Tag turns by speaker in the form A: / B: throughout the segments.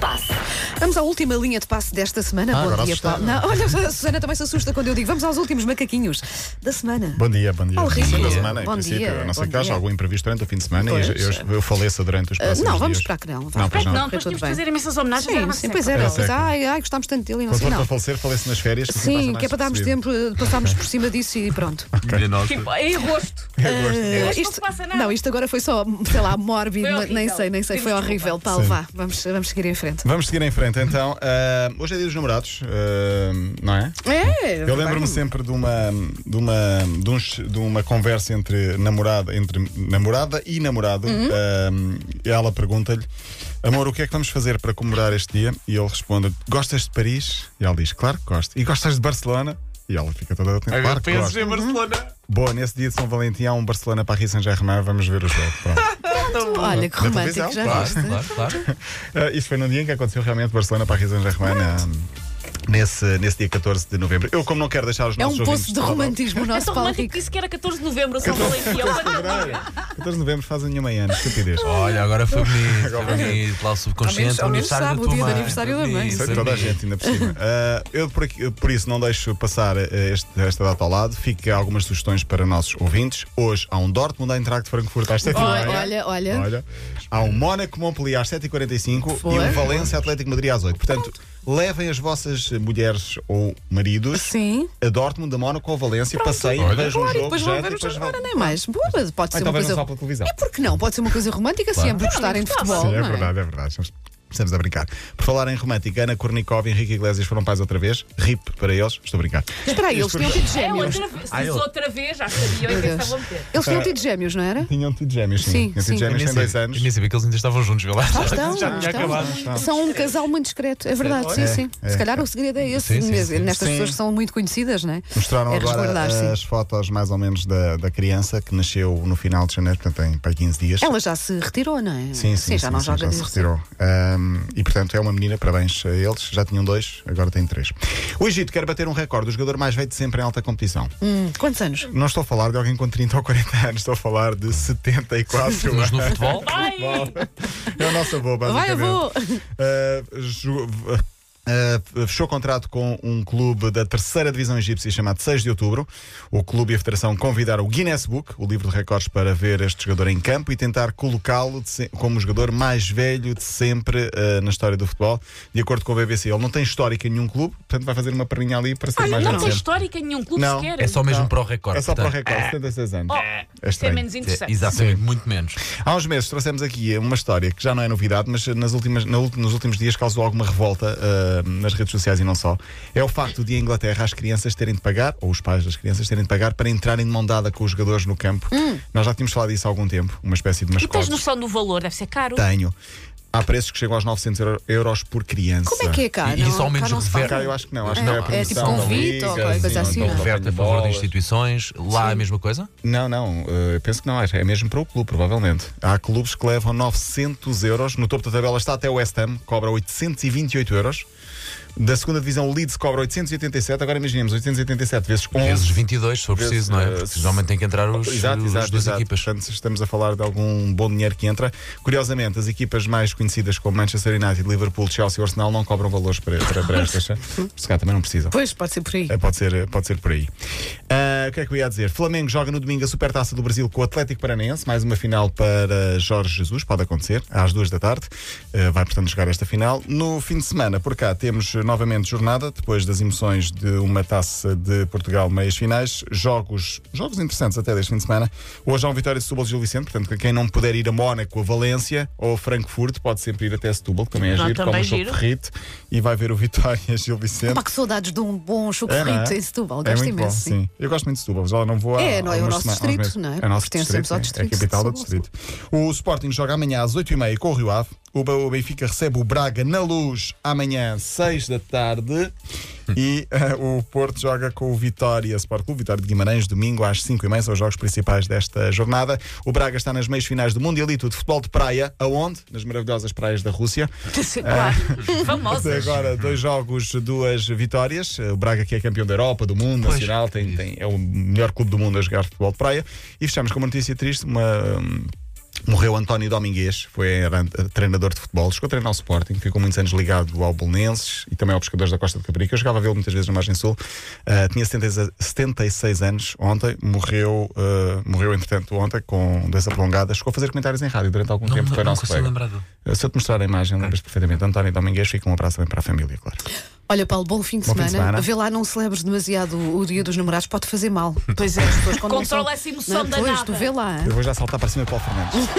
A: passe.
B: Vamos à última linha de passe desta semana.
C: Ah,
B: Bom
C: agora
B: dia, Paulo.
C: assustaram.
B: Não, olha, a Susana também se assusta quando eu digo vamos aos últimos macaquinhos da semana.
C: Bom dia, bom dia.
B: Oh,
C: Fim de
B: Rico.
C: semana, em
B: Bom
C: princípio.
B: dia,
C: A não ser
B: bom
C: que haja
B: dia.
C: algum imprevisto durante o fim de semana e eu,
B: Pois.
C: eu, eu faleça durante os
B: Ah,
C: próximos
B: não, vamos
C: dias.
B: esperar que não. Vá.
C: Não, pois
B: Espero
C: não.
B: que
C: Quando
B: correu
A: Nós
B: tudo
A: tínhamos de
B: bem.
A: fazer imensas homenagens. era
B: Sim,
A: uma
B: sim,
A: seca.
B: pois era.
C: Era seca.
B: Ai, ai, gostámos tanto dele e não sei
C: for
B: não.
C: para falecer, falece nas férias. que assim passa
B: Sim,
C: mais
B: que é para darmos
C: percebido.
B: tempo, eh, passarmos por cima disso e pronto.
D: Minha nossa.
A: Tipo, em agosto.
C: Eu gosto.
B: Eh,
A: acho que não se passa nada.
B: não, isto agora foi só, sei lá, mórbido,
A: Foi
B: ma- nem
A: horrível.
B: sei, nem sei,
A: Pedimos
B: foi
A: desculpa.
B: horrível. Paulo,
C: Sim.
B: vá, vamos, vamos seguir em frente.
C: Vamos seguir em frente, então. Ah, hoje é dia dos namorados, ah, não é?
B: É,
C: Eu lembro-me sempre de uma, de, uma, de, uns- de uma conversa entre namorada, entre namorada e namorado.
B: Uhum.
C: Ahm, e ela pergunta-lhe: Amor, o que é que vamos fazer para comemorar este dia? E ele responde: Gostas de Paris? E ela diz: Claro que gosto. E gostas de Barcelona? E ela fica toda atenta. Claro que
D: penses
C: gosto. Uhum.
D: em Barcelona.
C: Boa, nesse dia de São Valentim há um Barcelona Paris Saint-Germain. Vamos ver o jogo. Pronto.
B: Olha, que
C: Na
B: romântico,
C: televisão,
B: já
D: Claro,
B: viste?
D: claro, claro.
C: Ah, isto foi num dia em que aconteceu realmente Barcelona Paris Saint-Germain. ah, Nesse, nesse dia 14 de novembro. Eu, como não quero deixar os
B: É um
C: nossos ouvintes
B: poço de
C: de lado-
B: romantismo o
A: É
B: nosso
A: tão
B: Paulo
A: romântico que
B: Rico.
A: disse que era 14 de novembro, São Valentim. É uma maravilha.
C: 14 de novembro fazem nenhuma ano, estupidez.
D: Olha, agora foi bonito, foi bonito. Lá o
B: Ao menos-
D: subconsciente,
B: ao
D: o
B: menos
D: aniversário
B: sabe
D: da
B: o
D: tua
B: dia do
D: mãe.
B: aniversário
D: Foi
B: da mãe.
D: bonito,
C: Sei
D: foi
C: toda a
D: bonito.
C: gente ainda por cima. Ah, eu por, aqui- por isso não deixo passar eh, este- esta data ao lado. Fica algumas sugestões para nossos ouvintes. Hoje há um Dortmund à Eintracht Frankfurt às 7h30.
B: Olha, olha, olha.
C: Olha, há um Mónaco Montpellier às 7h45
B: Foi.
C: e um Valência Atlético Madrid às 8 Portanto, levem as vossas mulheres ou maridos
B: Sim.
C: a Dortmund, a Mónaco ou a Valência, passeiem,
D: Olha.
C: vejam
B: Claro, e
C: o jogo,
B: depois vão
C: jantam
B: ver
C: e
B: o
C: depois
B: jogo.
C: vão.
B: Ora, nem mais. Boa, pode
C: Ou
B: ser uma
C: então vejam
B: coisa.
C: só pela televisão.
B: É porque não? Pode ser uma coisa romântica se
D: Claro.
B: ambos gostarem de
A: Claro.
B: futebol.
C: Sim, é
B: não
C: verdade, é verdade. Estamos- Estamos a brincar. Por falar em romântica, Ana Kornikov e Henrique Iglesias foram pais outra vez. RIP para eles. Estou a brincar.
B: Espera aí, eles tinham tido
A: É
B: gêmeos.
A: outra vez. Se
D: Ai,
A: diz
D: eu-
A: outra vez, já sabiam em
B: Meu
A: que
B: Deus.
A: estavam a meter.
B: Eles tinham tido gêmeos, não era?
C: Tinham tido gêmeos, sim.
B: Sim,
C: Tinham
B: sim.
C: tido gêmeos tem dois anos.
D: Eu nem sabia que eles ainda estavam juntos, viu lá?
B: Estão,
D: Já tinha
B: estão.
D: acabado.
B: São um casal muito discreto, é verdade, sim,
C: É,
B: sim.
C: é.
B: Se calhar o segredo é esse,
D: Sim, sim,
B: mesmo,
D: sim.
B: nestas
C: Sim.
B: pessoas que são muito conhecidas, não é?
C: Mostraram
B: é
C: agora
B: resguardar-se.
C: as fotos mais ou menos da, da criança que nasceu no final de janeiro, portanto tem para 15 dias.
B: Ela já se retirou, não é?
C: Sim, sim,
B: já não
C: sim,
B: joga
C: já se
B: desde-
C: retirou. Ahm, e portanto é uma menina, parabéns a eles. Já tinham dois, agora tem três. O Egito quer bater um recorde, o jogador mais velho de sempre em alta competição.
B: Hum, quantos anos?
C: Não estou a falar de alguém com 30 ou 40 anos, estou a falar de 74 anos.
D: Mas no futebol,
A: Ai,
C: É o nosso avô,
B: Vai,
C: basicamente.
B: avô!
C: Uh, ju- v- uh, fechou contrato com um clube da terceira divisão egípcia chamado 6 de outubro. O clube e a federação convidaram o Guinness Book, o livro de recordes, para ver este jogador em campo e tentar colocá-lo de se- como o jogador mais velho de sempre uh, na história do futebol. De acordo com o BBC, ele não tem histórico em nenhum clube, portanto vai fazer uma perninha ali para ser
A: Olha,
C: mais
A: não
C: velho
A: tem
C: de sempre.
A: histórica em nenhum clube
C: Não,
A: sequer.
D: é só mesmo
C: Não.
D: para o recorde.
C: É só para o
D: portanto,
C: recorde, 76 anos.
A: Oh,
C: é
A: isso é
C: estranho.
A: menos
D: é,
A: interessante.
D: Exatamente, muito menos.
C: Há uns meses trouxemos aqui uma história que já não é novidade, mas nas últimas, na ulti- nos últimos dias causou alguma revolta ah, nas redes sociais e não só. É o facto de em Inglaterra as crianças terem de pagar, ou os pais das crianças terem de pagar, para entrarem de mão dada com os jogadores no campo.
B: Hum.
C: Nós já tínhamos falado disso há algum tempo, uma espécie de
A: E tens
C: mascote.
A: noção do valor? Deve ser caro.
C: Tenho. Há preços que chegam aos 900 euro- euros por criança.
B: Como é que é cá?
D: E isso
B: Não-
D: ao menos
B: cá não se fala.
D: reverte.
C: Cá eu acho que não, acho
B: É,
C: que é,
B: é
C: a
B: tipo
C: produção da
B: convite
C: liga,
B: ou coisa
C: sim,
B: assim, não é?
C: ou então-
D: Reverte a favor de
E: Bolas.
D: instituições. Lá é a mesma coisa?
C: Não, não, eh, penso que não, acho- é mesmo para o clube, provavelmente. Há clubes que levam 900 euros, no topo da tabela está até o West Ham, cobra 828 euros. Da segunda divisão, o Leeds cobra 887, agora imaginemos, 887 vezes 11.
D: Vezes 22, se for
C: Vezes,
D: preciso, não é?
C: eh,
D: Porque Geralmente tem que entrar os,
C: Exato,
D: os
C: exato,
D: duas
C: exato.
D: equipas.
C: Portanto, estamos a falar de algum bom dinheiro que entra. Curiosamente, as equipas mais conhecidas como Manchester United, Liverpool, Chelsea e Arsenal não cobram valores para, para, para estas. Se calhar também não precisam.
B: Pois, pode ser por aí.
C: É, Pode ser, pode ser por aí. Ah, o que é que eu ia dizer? Flamengo joga no domingo a Supertaça do Brasil com o Atlético Paranaense. Mais uma final para Jorge Jesus, pode acontecer, às duas da tarde. Ah, vai, portanto, jogar esta final. No fim de semana, por cá, temos eh, novamente jornada, depois das emoções de uma taça de Portugal, meias finais. Jogos, jogos interessantes até deste fim de semana. Hoje há um Vitória de Setúbal e Gil Vicente, portanto, quem não puder ir a Mónaco, a Valência ou a Frankfurt, pode sempre ir até Setúbal, que também é
A: Ah,
C: giro,
A: também
C: como o jogo
A: giro.
C: de Rite, e vai ver o Vitória Gil Vicente.
B: Pá, que saudades de um bom
C: É, não é?
B: chocorrito em Setúbal.
C: É
B: Gosto
C: muito bom,
B: imenso. sim.
C: Eu gosto muito de Setúbal, já não vou a.
B: É, não é o nosso distrito, não é?
C: É o nosso
B: Pertencemos
C: distrito,
B: ao
C: é-
B: distrito
C: É a capital do
B: de
C: distrito. O Sporting joga amanhã às 8h30 com o Rio Ave. O Ba- o Benfica recebe o Braga na luz amanhã, 6 da tarde. E eh, o Porto joga com o Vitória Sport Clube, Vitória de Guimarães, domingo às 5h30. São os jogos principais desta jornada. O Braga está nas meias finais do Mundialito de Futebol de Praia, aonde? Nas maravilhosas praias da Rússia.
A: Claro.
C: Até
A: Famosas.
C: agora, dois jogos, duas vitórias. O Braga, que é campeão da Europa, do mundo,
D: Pois.
C: nacional, tem, tem- é o melhor clube do mundo a jogar futebol de praia. E fechamos com uma notícia triste: uma, hum, Morreu António Domingues, foi era, eh, treinador de futebol, chegou a treinar o Sporting, ficou muitos anos ligado ao Belenenses e também ao Pescadores da Costa de Caparica. Eu jogava a vê-lo muitas vezes na Margem Sul. Eh, tinha 70 76 anos ontem, morreu, eh, morreu entretanto ontem com doença prolongada. Chegou a fazer comentários em rádio durante algum tempo. Foi
D: não
C: nosso
D: consigo
C: colega.
D: lembrar dele.
C: Eh, Se eu te mostrar a imagem, lembras perfeitamente. António Domingues, fica um abraço também para a família, claro.
B: Olha, Paulo, bom fim de
C: Bom fim de
B: semana.
C: semana.
B: Vê lá, não celebres demasiado o dia dos namorados, pode fazer mal.
A: Pois é,
B: Pois, quando não
A: Controla
B: são-
A: essa emoção
B: não, Pois,
A: danada.
B: tu vê lá.
C: Eu vou já saltar para cima de Paulo Fernandes.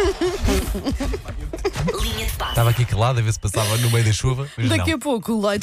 E: Linha de passe.
D: Estava aqui calado a ver se passava no meio da chuva. mas
B: Daqui
D: não.
B: a pouco, o Lloyd